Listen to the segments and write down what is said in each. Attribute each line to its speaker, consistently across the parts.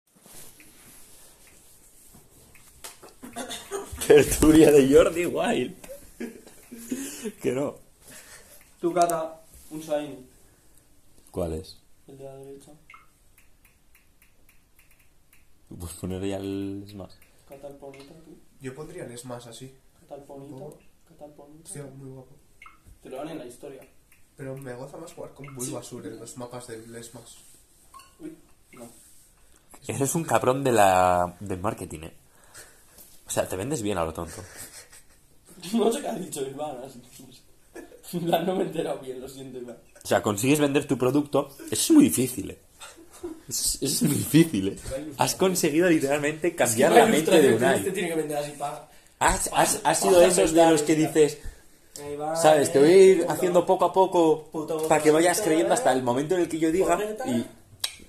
Speaker 1: tertulia de Jordi Wild. que no.
Speaker 2: Tu cata, un Shiny.
Speaker 1: ¿Cuál es?
Speaker 2: El de la derecha.
Speaker 1: Pues poner ya el Smash.
Speaker 2: Cata el ponita, tú.
Speaker 3: Yo pondría el Smash así.
Speaker 2: Cata el ponita. Cata el ponita.
Speaker 3: Hostia, muy guapo.
Speaker 2: Te lo dan en la historia.
Speaker 3: Pero me goza más jugar con Bulbasur en los mapas del Smash.
Speaker 2: Uy, no.
Speaker 1: Eres un cabrón de la... del marketing, eh. O sea, te vendes bien a lo tonto.
Speaker 2: No sé qué ha dicho Iván. así que- En plan, no me he enterado bien, lo siento, Iván.
Speaker 1: O sea, consigues vender tu producto. Eso es muy difícil, eh. Eso es- eso es muy difícil, eh. Has conseguido literalmente cambiar la mente de
Speaker 2: Este
Speaker 1: Unai.
Speaker 2: tiene que vender así paja.
Speaker 1: Has, has, has sido de esos de los que dices,
Speaker 2: Eh, Iván,
Speaker 1: sabes, te voy a
Speaker 2: eh,
Speaker 1: ir
Speaker 2: puto.
Speaker 1: haciendo poco a poco
Speaker 2: Puto
Speaker 1: para que vayas
Speaker 2: puto,
Speaker 1: creyendo
Speaker 2: eh.
Speaker 1: hasta el momento en el que yo diga
Speaker 2: Puto,
Speaker 1: y
Speaker 2: eh.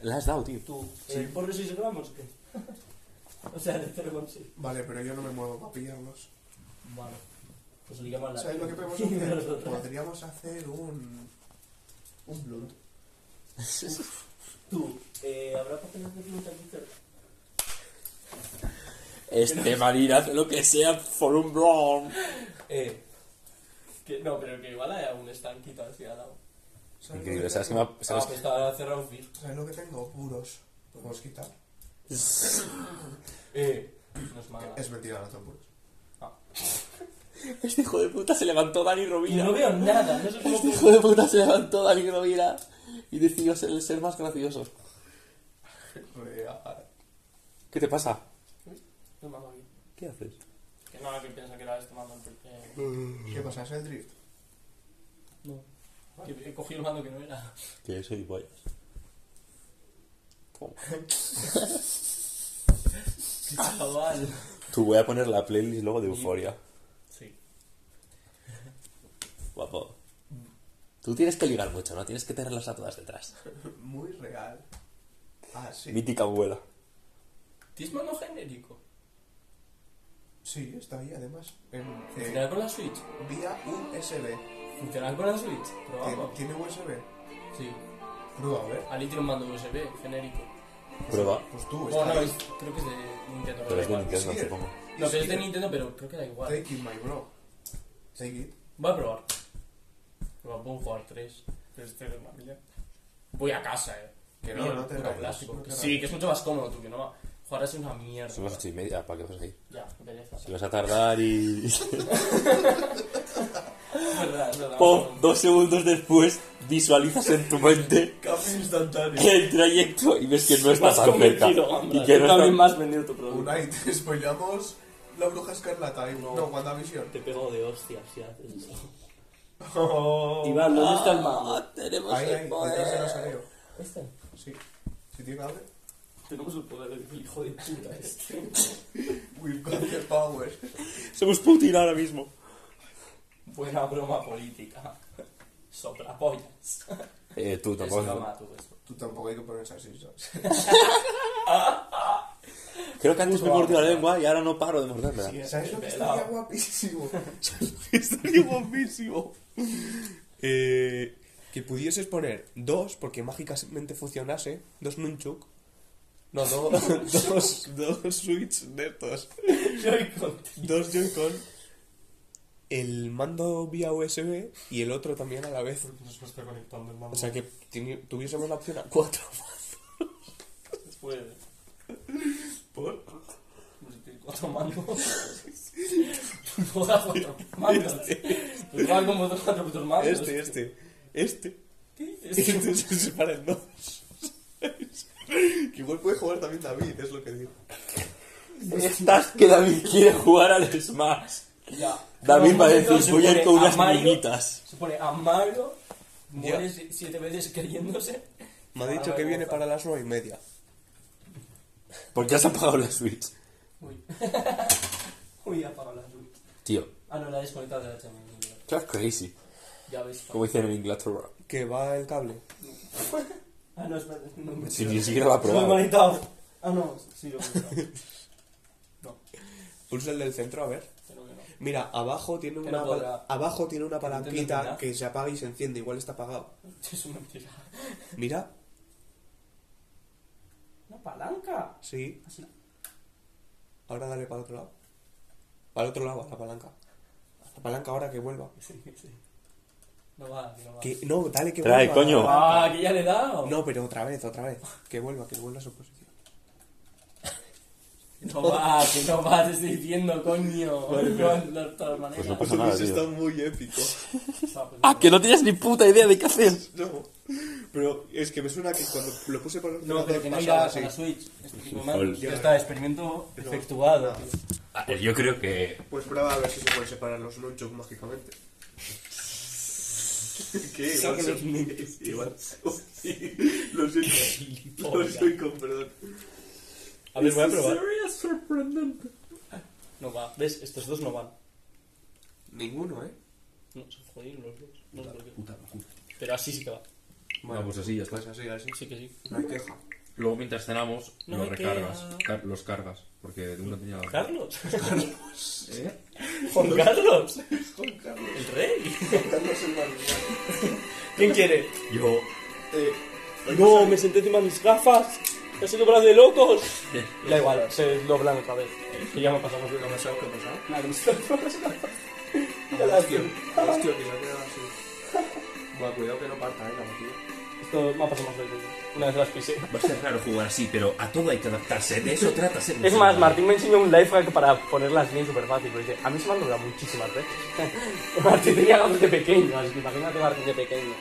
Speaker 1: la has dado, tío.
Speaker 2: Tú, eh, ¿por qué 6 gramos o qué? O sea, de 0,6.
Speaker 3: Vale, pero yo no me muevo para pillarlos.
Speaker 2: Vale. Pues le llaman la.
Speaker 3: ¿Sabes lo que podemos hacer? Podríamos hacer un. Un blunt.
Speaker 2: Tú, eh, ¿habrá papeles de fruta aquí cerca?
Speaker 1: Este Marina hace lo que sea por un bron.
Speaker 2: Eh. Que, no, pero que igual hay algún estanquito así al lado.
Speaker 3: Pues ¿Sabes lo
Speaker 1: Increíble,
Speaker 3: que
Speaker 1: ¿sabes qué
Speaker 3: tengo?
Speaker 1: me ha- sabes
Speaker 2: Ah, que está cerrado fijo.
Speaker 3: ¿Sabes lo que tengo? Puros. Podemos quitar.
Speaker 2: Eh. No es mala.
Speaker 3: Es mentira, no son puros.
Speaker 1: qué? Este hijo de puta se levantó Dani
Speaker 2: Y
Speaker 1: Rovira.
Speaker 2: no veo nada, no sé cómo.
Speaker 1: Este hijo de puta se levantó Dani Rovira y decidió ser el ser más gracioso.
Speaker 3: Real.
Speaker 1: ¿Qué te pasa?
Speaker 2: No me hago bien.
Speaker 1: ¿Qué haces?
Speaker 2: Que no, que piensa que era esto mando el. Eh,
Speaker 3: ¿Qué pasa? ¿Es el drift?
Speaker 2: no. Que he cogido el mando que no era.
Speaker 1: Que soy pollas.
Speaker 2: Qué chaval.
Speaker 1: Tú voy a poner la playlist luego de Euforia.
Speaker 2: Sí.
Speaker 1: Guapo. Tú tienes que ligar mucho, ¿no? Tienes que tenerlas a todas detrás.
Speaker 3: Muy real. Ah, sí.
Speaker 1: Mítica abuela.
Speaker 2: ¿Tienes mando genérico?
Speaker 3: Sí, está ahí además. En, eh,
Speaker 2: ¿Funcionará con la Switch?
Speaker 3: vía USB.
Speaker 2: ¿Funcionará con la Switch?
Speaker 3: ¿Tien-
Speaker 2: Probamos.
Speaker 3: ¿Tiene USB?
Speaker 2: Sí.
Speaker 3: Prueba, a ver.
Speaker 2: Ali tiene un mando USB genérico.
Speaker 1: Prueba.
Speaker 3: Pues tú, está
Speaker 2: Bueno, no,
Speaker 3: ahí.
Speaker 2: es- creo que es de Nintendo.
Speaker 1: Pero
Speaker 2: da
Speaker 1: es de
Speaker 2: igual.
Speaker 1: Nintendo,
Speaker 3: Sí,
Speaker 1: supongo.
Speaker 2: No, pero es de
Speaker 3: It's here.
Speaker 2: Nintendo, pero creo que da igual.
Speaker 3: Take it, my bro. Take it.
Speaker 2: Voy a probar. Pero puedo jugar tres. Pero este es una mierda. Voy a casa, eh. Que
Speaker 3: no,
Speaker 2: mira,
Speaker 3: no te
Speaker 2: puto
Speaker 3: rayes,
Speaker 2: plástico.
Speaker 3: no te
Speaker 2: sí,
Speaker 3: rayes.
Speaker 2: que es mucho más cómodo tú, que no va. Jugar así es una mierda.
Speaker 1: Son las ocho y media, ¿para qué vas a ir?
Speaker 2: Ya, qué pereza.
Speaker 1: Si vas a tardar y...
Speaker 2: Es verdad, es verdad.
Speaker 1: ¡Pum! Dos segundos después visualizas en tu mente
Speaker 3: Cambio instantáneo.
Speaker 1: el trayecto y ves que no
Speaker 2: Más
Speaker 1: está tan cerca.
Speaker 2: convencido, Ambra.
Speaker 1: Y que
Speaker 2: Tú
Speaker 1: no
Speaker 2: también
Speaker 1: está...
Speaker 2: me has vendido tu producto.
Speaker 3: Unai, te spoilamos la bruja escarlata y
Speaker 2: No.
Speaker 3: no, WandaVision.
Speaker 2: Te pego de hostias si haces eso.
Speaker 3: Ahí,
Speaker 2: Iván, ¿dónde está el mando?
Speaker 1: Ah, tenemos
Speaker 3: ahí,
Speaker 1: el
Speaker 3: detrás del
Speaker 1: poder.
Speaker 3: asadero.
Speaker 2: Este.
Speaker 3: Sí. Si tiene cable,
Speaker 2: Tenemos el poder del hijo de puta este.
Speaker 3: we've got the power.
Speaker 1: Somos Putin ahora mismo.
Speaker 2: Buena broma política. Soprapollas.
Speaker 1: Eh, tú
Speaker 2: Es
Speaker 1: tampoco.
Speaker 2: broma, tú, esto.
Speaker 3: Tú tampoco hay que ponerse así, ¿sabes?
Speaker 1: Creo que antes me he
Speaker 2: Ujú.
Speaker 1: mordido la lengua y ahora no paro de mordérmela.
Speaker 3: ¿Sabes lo que
Speaker 2: Pelado.
Speaker 3: estaría guapísimo?
Speaker 1: Estaría guapísimo.
Speaker 3: Eh, que pudieses poner dos, porque mágicamente funcionase, dos nunchuk. No, dos, dos, dos switch de estos.
Speaker 2: Yo contigo.
Speaker 3: Dos Joy-Con. El mando vía USB y el otro también a la vez.
Speaker 2: Nos está conectando el
Speaker 3: O
Speaker 2: mando.
Speaker 3: sea que tini- tuviésemos la opción a cuatro.
Speaker 2: Después.
Speaker 3: ¿Por?
Speaker 2: Pues tiene cuatro mandos. Juega cuatro mandos. Pues juega como otros cuatro putos mandos.
Speaker 3: Este, este. Este.
Speaker 2: ¿Qué dices?
Speaker 3: Este se separa en dos. que igual puede jugar también David, es lo que digo.
Speaker 1: Estás que David quiere jugar al Smash.
Speaker 2: Ya.
Speaker 1: David
Speaker 2: Pero
Speaker 1: va a
Speaker 2: Mario
Speaker 1: decir,
Speaker 2: se
Speaker 1: voy a ir
Speaker 2: pone
Speaker 1: con unas
Speaker 2: Mario-
Speaker 1: niñitas.
Speaker 2: Se pone a Mario,
Speaker 3: Ya.
Speaker 2: muere si- siete veces creyéndose.
Speaker 3: Me ha dicho que viene para las nueve y media.
Speaker 1: Porque has apagado la Switch.
Speaker 2: Uy. Uy, apaga la luz.
Speaker 1: Tío,
Speaker 2: Ah, no, la he desconectado de la HMI.
Speaker 1: that's crazy.
Speaker 2: Ya ves.
Speaker 1: Como dicen en Inglaterra.
Speaker 3: Que va el cable.
Speaker 2: Ah, no, espera. No, me
Speaker 1: Si ni siquiera lo ha
Speaker 2: No me he
Speaker 1: probado.
Speaker 2: conectado. Ah, no, sí lo he conectado. No,
Speaker 3: Pulsa el del centro, a ver.
Speaker 2: creo que no.
Speaker 3: Mira, abajo tiene
Speaker 2: Que
Speaker 3: una,
Speaker 2: no podrá.
Speaker 3: pala- abajo tiene una
Speaker 2: Pero no tiene
Speaker 3: palanquita
Speaker 2: nada.
Speaker 3: que se apaga y se enciende. Igual está apagado.
Speaker 2: Esto es una mentira.
Speaker 3: Mira,
Speaker 2: ¿Una palanca?
Speaker 3: sí.
Speaker 2: Así.
Speaker 3: Ahora dale para el otro lado. Para el otro lado, a la palanca. A la palanca ahora que vuelva.
Speaker 2: Sí, sí. No va, que no va.
Speaker 3: Que, no, dale que
Speaker 1: Trae,
Speaker 3: vuelva.
Speaker 1: coño.
Speaker 2: Ah, que ya le he dado.
Speaker 3: No, pero otra vez, otra vez. Que vuelva, que vuelva a su posición.
Speaker 2: No va, que no va, te estoy diciendo, coño. No va a andar de todas maneras.
Speaker 1: Pues no pasa nada,
Speaker 3: Eso
Speaker 1: tío.
Speaker 3: está muy épico.
Speaker 2: Ah, pues
Speaker 1: Ah, que no tienes ni puta idea de qué haces.
Speaker 3: No. Pero es que me suena que cuando lo puse por
Speaker 2: No, pero que no irá a la Switch. Este tipo man,
Speaker 1: Lol.
Speaker 2: ya está, experimento efectuado. tío.
Speaker 1: yo creo que.
Speaker 3: Pues prueba a ver si se pueden separar los nunchucks mágicamente. ¿Qué?
Speaker 2: Saca los
Speaker 3: Igual son- Lo siento. Lo estoy con perdón.
Speaker 2: A ver, voy a probar. No va, ¿ves? Estos dos no van.
Speaker 3: Ninguno, ¿eh?
Speaker 2: No, se jodieron los dos. No sé por qué. Pero así sí que va.
Speaker 1: Bueno, pues así ya está.
Speaker 3: Pues así, así.
Speaker 2: Sí que sí.
Speaker 3: No hay queja.
Speaker 1: Luego mientras cenamos,
Speaker 2: No
Speaker 1: los
Speaker 2: me
Speaker 1: recargas.
Speaker 2: queda.
Speaker 1: Car- los cargas. Porque uno tenía la.
Speaker 2: ¿Carlos?
Speaker 1: ¿Eh?
Speaker 2: ¿Juan Carlos?
Speaker 3: Juan Carlos.
Speaker 2: ¿El rey?
Speaker 3: Carlos el marinero.
Speaker 2: ¿Quién quiere?
Speaker 1: Yo.
Speaker 3: Eh,
Speaker 2: No, me senté encima de mis gafas. ¡Ya se doblan de locos! Da igual, se doblan otra vez. Que ya me pasamos de
Speaker 3: ¿Qué Eh, ha pasado? ¿Qué ha pasado?
Speaker 2: Nada, me estoy pasando.
Speaker 3: La hostia. La hostia que se ha quedado así. Bueno, cuidado que no parta, ¿eh? La hostia.
Speaker 2: Esto me ha pasado más veces. Una vez las pisé.
Speaker 1: Va a ser raro jugar así, pero a todo hay que adaptarse. De eso trata ser.
Speaker 2: Es más, Martín me enseñó un lifehack para ponerlas bien súper fácil. Pero dice, a mí se me han doblado muchísimas veces. Martín tenía gafas de pequeño, así que imagínate Martín de pequeño.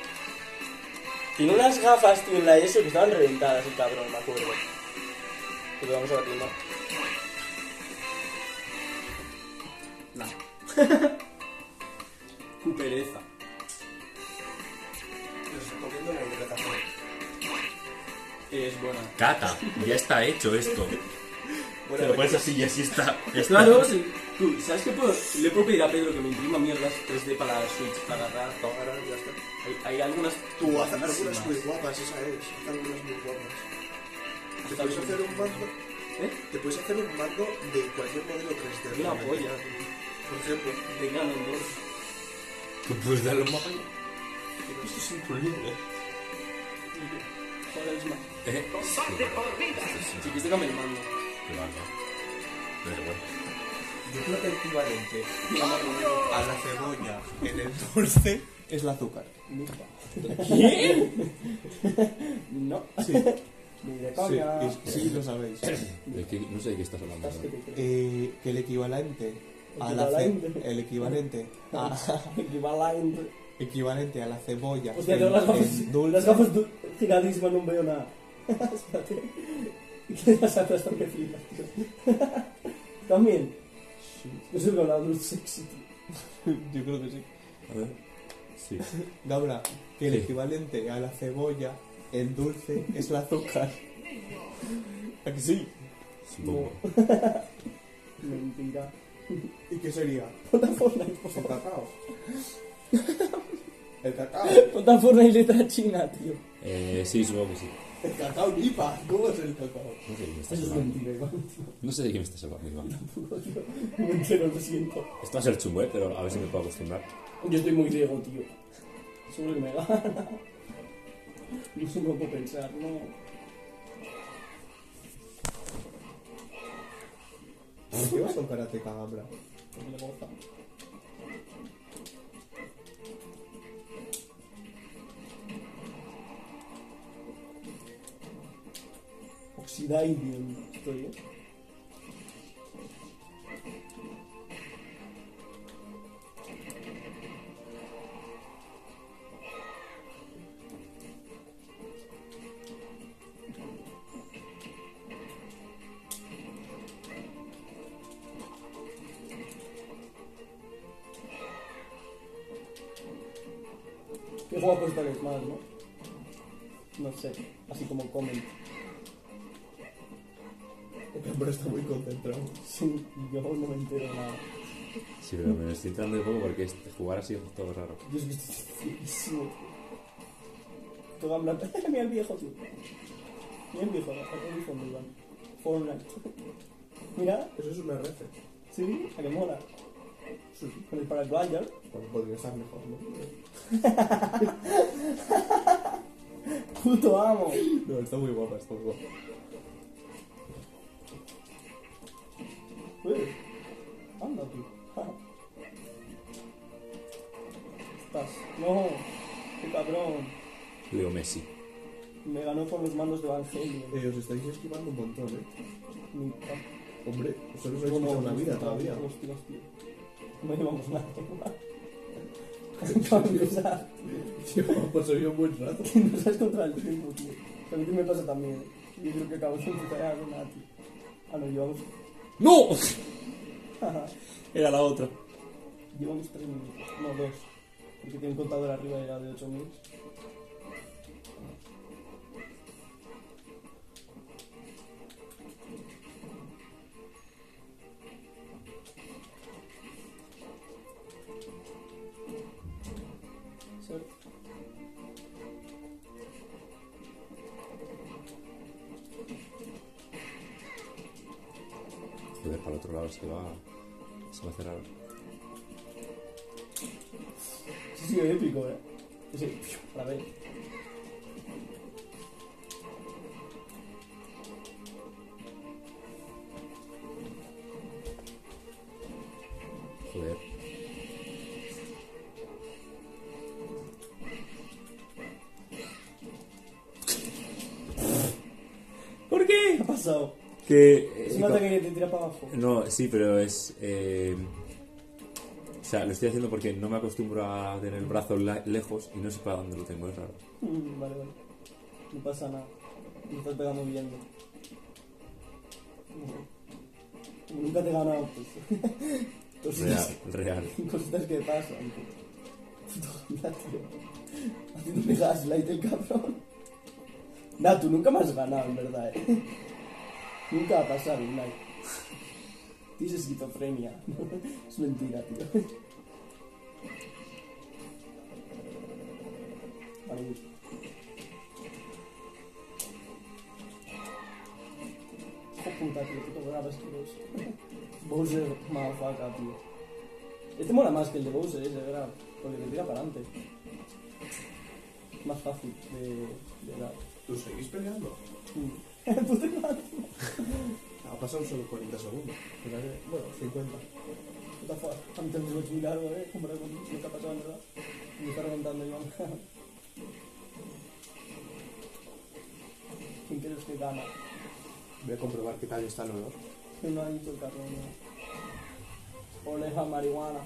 Speaker 2: Tiene unas gafas, tío, en la ESO que estaban reventadas, el cabrón, me acuerdo. Pero vamos a ver, ¿no?
Speaker 3: No.
Speaker 2: Tu pereza.
Speaker 3: Les recomiendo Pues, la hidratación.
Speaker 2: Es buena.
Speaker 1: Cata, ya está hecho esto. Te lo pones así y así está. Ya está.
Speaker 2: Claro, sí. Tú, ¿sabes qué puedo? Le puedo pedir a Pedro que me imprima mierdas 3D para la Switch, para agarrar.
Speaker 3: Ahora ya está.
Speaker 2: Hay, hay algunas
Speaker 3: Tú haz algunas
Speaker 2: guapísimas.
Speaker 3: muy guapas, esa es. Haz algunas muy guapas. ¿Te
Speaker 2: Hasta
Speaker 3: puedes
Speaker 2: bien.
Speaker 3: hacer un mando?
Speaker 2: ¿Eh?
Speaker 3: Te puedes hacer un mando de cualquier modelo 3D.
Speaker 2: Una
Speaker 3: realmente.
Speaker 2: polla.
Speaker 3: Por ejemplo,
Speaker 2: De Ganon 2.
Speaker 1: Tú puedes darle un mapa.
Speaker 3: pero esto es imposible.
Speaker 2: Joder, es más.
Speaker 1: ¿Eh?
Speaker 2: Si quieres, déjame el mando.
Speaker 1: Qué barba. Pero bueno.
Speaker 3: Yo creo que el equivalente
Speaker 2: Mira, más bonito.
Speaker 3: a la cebolla en el dulce es el azúcar.
Speaker 2: ¿Qué? No.
Speaker 3: Sí,
Speaker 2: Ni de
Speaker 3: sí, lo sabéis.
Speaker 1: ¿De qué- No sé de qué estás hablando. ¿no?
Speaker 3: Eh, que el equivalente a la ce- el equivalente a equivalente a la cebolla
Speaker 4: Hostia, tengo las gafas,
Speaker 3: en dulce
Speaker 4: las gafas du- gigadísimas, no veo nada. Espérate. ¿Y qué las atrás tan que flipas, tío? También. Yo soy con la luz sexy, tío.
Speaker 3: yo creo que sí
Speaker 1: A ver. Sí.
Speaker 3: Laura que el
Speaker 1: Sí.
Speaker 3: equivalente a la cebolla en dulce es el azúcar ¿A que sí?
Speaker 1: Supongo.
Speaker 4: Mentira.
Speaker 3: ¿y qué sería?
Speaker 4: Ponta Fortnite, por
Speaker 3: el
Speaker 4: favor.
Speaker 3: cacao el cacao
Speaker 4: Ponta Fortnite letra china, tío.
Speaker 1: Eh, sí, supongo que sí.
Speaker 3: el cacao nipa ¿cómo es el cacao?
Speaker 1: No sé de qué me estás
Speaker 4: Eso es
Speaker 1: hablando.
Speaker 4: mentira, igual, tío.
Speaker 1: No sé de qué me estás hablando, Iván.
Speaker 4: No me entero, lo siento.
Speaker 1: Esto va a ser chungo, ¿eh? Pero a ver si me puedo acostumbrar.
Speaker 4: Yo estoy muy ciego, tío. Sobre el mega. No sé cómo pensar, no.
Speaker 3: ¿por qué vas a un karate cagabra?
Speaker 4: No me goza. Oxidaidium estoy, ¿eh? Qué guapo está el Smash, ¿no? No sé, así como comen.
Speaker 3: el cacao está muy concentrado
Speaker 4: Sí, yo no me entero de nada.
Speaker 1: Sí, pero me estoy entrando de poco porque este- jugar así es todo raro.
Speaker 4: Yo es que estoy feísimo, tío. Todo en blanco. Mira el viejo, tío. Mira el viejo, hasta que el viejo me iban. Fortnite. Mira,
Speaker 3: eso es una refe
Speaker 4: sí, a que mola. Con el paraglider.
Speaker 3: podría estar mejor ¿no?
Speaker 4: Puto amo.
Speaker 3: No, está muy guapa, está muy guapa.
Speaker 4: Uy, Anda, tío.
Speaker 1: Messi.
Speaker 2: Me ganó con los mandos de Evangelion.
Speaker 5: Eh, os estáis esquivando un montón, ¿eh?
Speaker 2: Mi-
Speaker 5: Hombre, solo os
Speaker 2: Bueno,
Speaker 5: habéis quitado una
Speaker 2: hostia,
Speaker 5: vida
Speaker 2: hostia,
Speaker 5: todavía.
Speaker 2: hostia, hostia. No llevamos nada. Para empezar,
Speaker 3: Pues
Speaker 5: Llevamos hoy un buen rato.
Speaker 2: que nos has contra el tiempo, tío. A mí me pasa también. Yo creo que acabo de encontrar algo nada, tío. Ah, no, llevamos.
Speaker 1: ¡No! Era la otra.
Speaker 2: llevamos tres minutos. No, dos. Porque tiene un contador arriba y era de 8000. ¿Sabes?
Speaker 1: Joder, para el otro lado se va, se va a cerrar.
Speaker 2: Sí, sí, épico, ¿eh? Sí, piu, a ver.
Speaker 1: Joder.
Speaker 2: ¿Por qué? ¿Qué ha pasado?
Speaker 1: Que...
Speaker 2: Es un ataque que te tira para abajo.
Speaker 1: Eh, No, sí, pero es... eh, O sea, lo estoy haciendo porque no me acostumbro a tener el brazo la- lejos y no sé para dónde lo tengo, es raro.
Speaker 2: Mm, Vale, vale. No pasa nada. Me estás pegando bien. ¿no? Como Nunca te he ganado, pues. Cositas,
Speaker 1: Real, real.
Speaker 2: cositas que pasan. Puto ganda, tío. Haciéndome gaslight el cabrón. Nah, tú nunca me has ganado, en verdad, eh. Nunca va a pasar, Unai. Tienes esquizofrenia. Es mentira, tío. Vale, Hijo puta, tío, puto grave asqueroso. Bowser, motherfucker, tío. Este mola más que el de Bowser, ese grave, porque te tira para adelante. Más fácil de, de dar.
Speaker 5: ¿Tú seguís peleando?
Speaker 2: Mm. Puta madre,
Speaker 5: Ha pasado solo 40 segundos. Pero, eh, Bueno, 50.
Speaker 2: what the fuck. A mí también se me ha hecho muy largo, eh, comparado con lo que ha pasado, en verdad. Me está reventando, Iván. ¿Quién crees que gana?
Speaker 5: Voy a comprobar qué tal está el olor.
Speaker 2: No ha dicho el cabrón. no. Oleja marihuana.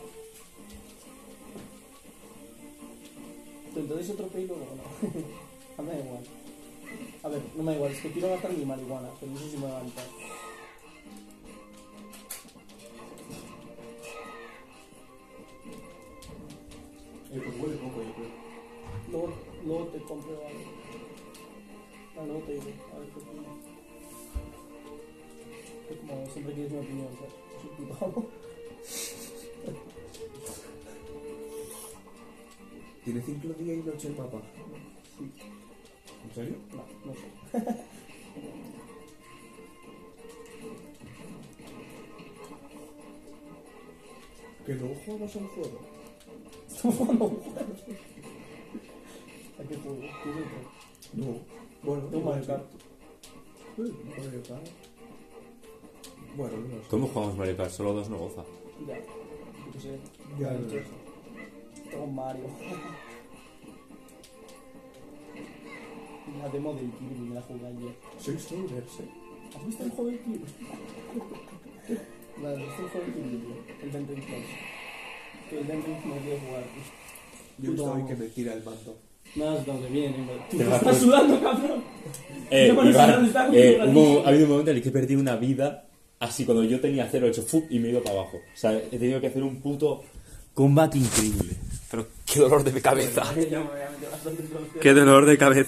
Speaker 2: ¿Te entonces otro pelo o no? a mí me da igual. A ver, no me da igual, es que quiero gastar mi marihuana, pero no sé si me va a entrar.
Speaker 5: Eh, pues huele poco, yo creo.
Speaker 2: Luego, luego te compro algo. Ah, luego te digo, a ver qué opinas. Tú como siempre quieres mi opinión, ¿sabes? Soy puto.
Speaker 5: Tiene 5 días y noche el papá.
Speaker 2: Sí.
Speaker 5: ¿En serio?
Speaker 2: No, no sé.
Speaker 5: ¿Que no jugamos a un juego?
Speaker 2: Estamos jugando a un juego. ¿A qué juego? ¿Qué es el juego?
Speaker 5: No. Bueno,
Speaker 2: Tengo
Speaker 5: igual
Speaker 2: Mario
Speaker 5: sí.
Speaker 2: Kart.
Speaker 5: Eh, Mario Kart. Bueno, no sé.
Speaker 1: ¿Cómo jugamos Mario Kart? Solo dos no goza.
Speaker 2: Ya. Yo qué sé.
Speaker 5: Ya lo
Speaker 2: Entonces,
Speaker 5: dejo.
Speaker 2: Tengo Mario. La demo del Kirby me la jugué ayer.
Speaker 5: Sois tuners, eh.
Speaker 2: ¿Has visto el juego del Kirby? Vale, ¿has visto el juego del Kirby? tío? El Elden Ring Cross. Que el Elden Ring no quiero jugar.
Speaker 5: Yo
Speaker 2: Puta
Speaker 5: estoy
Speaker 2: madre.
Speaker 5: que me tira el mando.
Speaker 2: No, es donde viene, hombre. Tú
Speaker 1: Te vas
Speaker 2: estás
Speaker 1: por-
Speaker 2: sudando, cabrón.
Speaker 1: Eh,
Speaker 2: Yo me lo
Speaker 1: Iván,
Speaker 2: sé, está muy
Speaker 1: eh,
Speaker 2: rarísimo.
Speaker 1: hubo- ha habido un momento en el que he perdido una vida así cuando yo tenía 0,8 fup y me he ido para abajo. O sea, he tenido que hacer un puto combate increíble. Pero qué dolor de cabeza.
Speaker 2: Ya me voy a meter bastante en los
Speaker 1: Qué dolor de cabeza.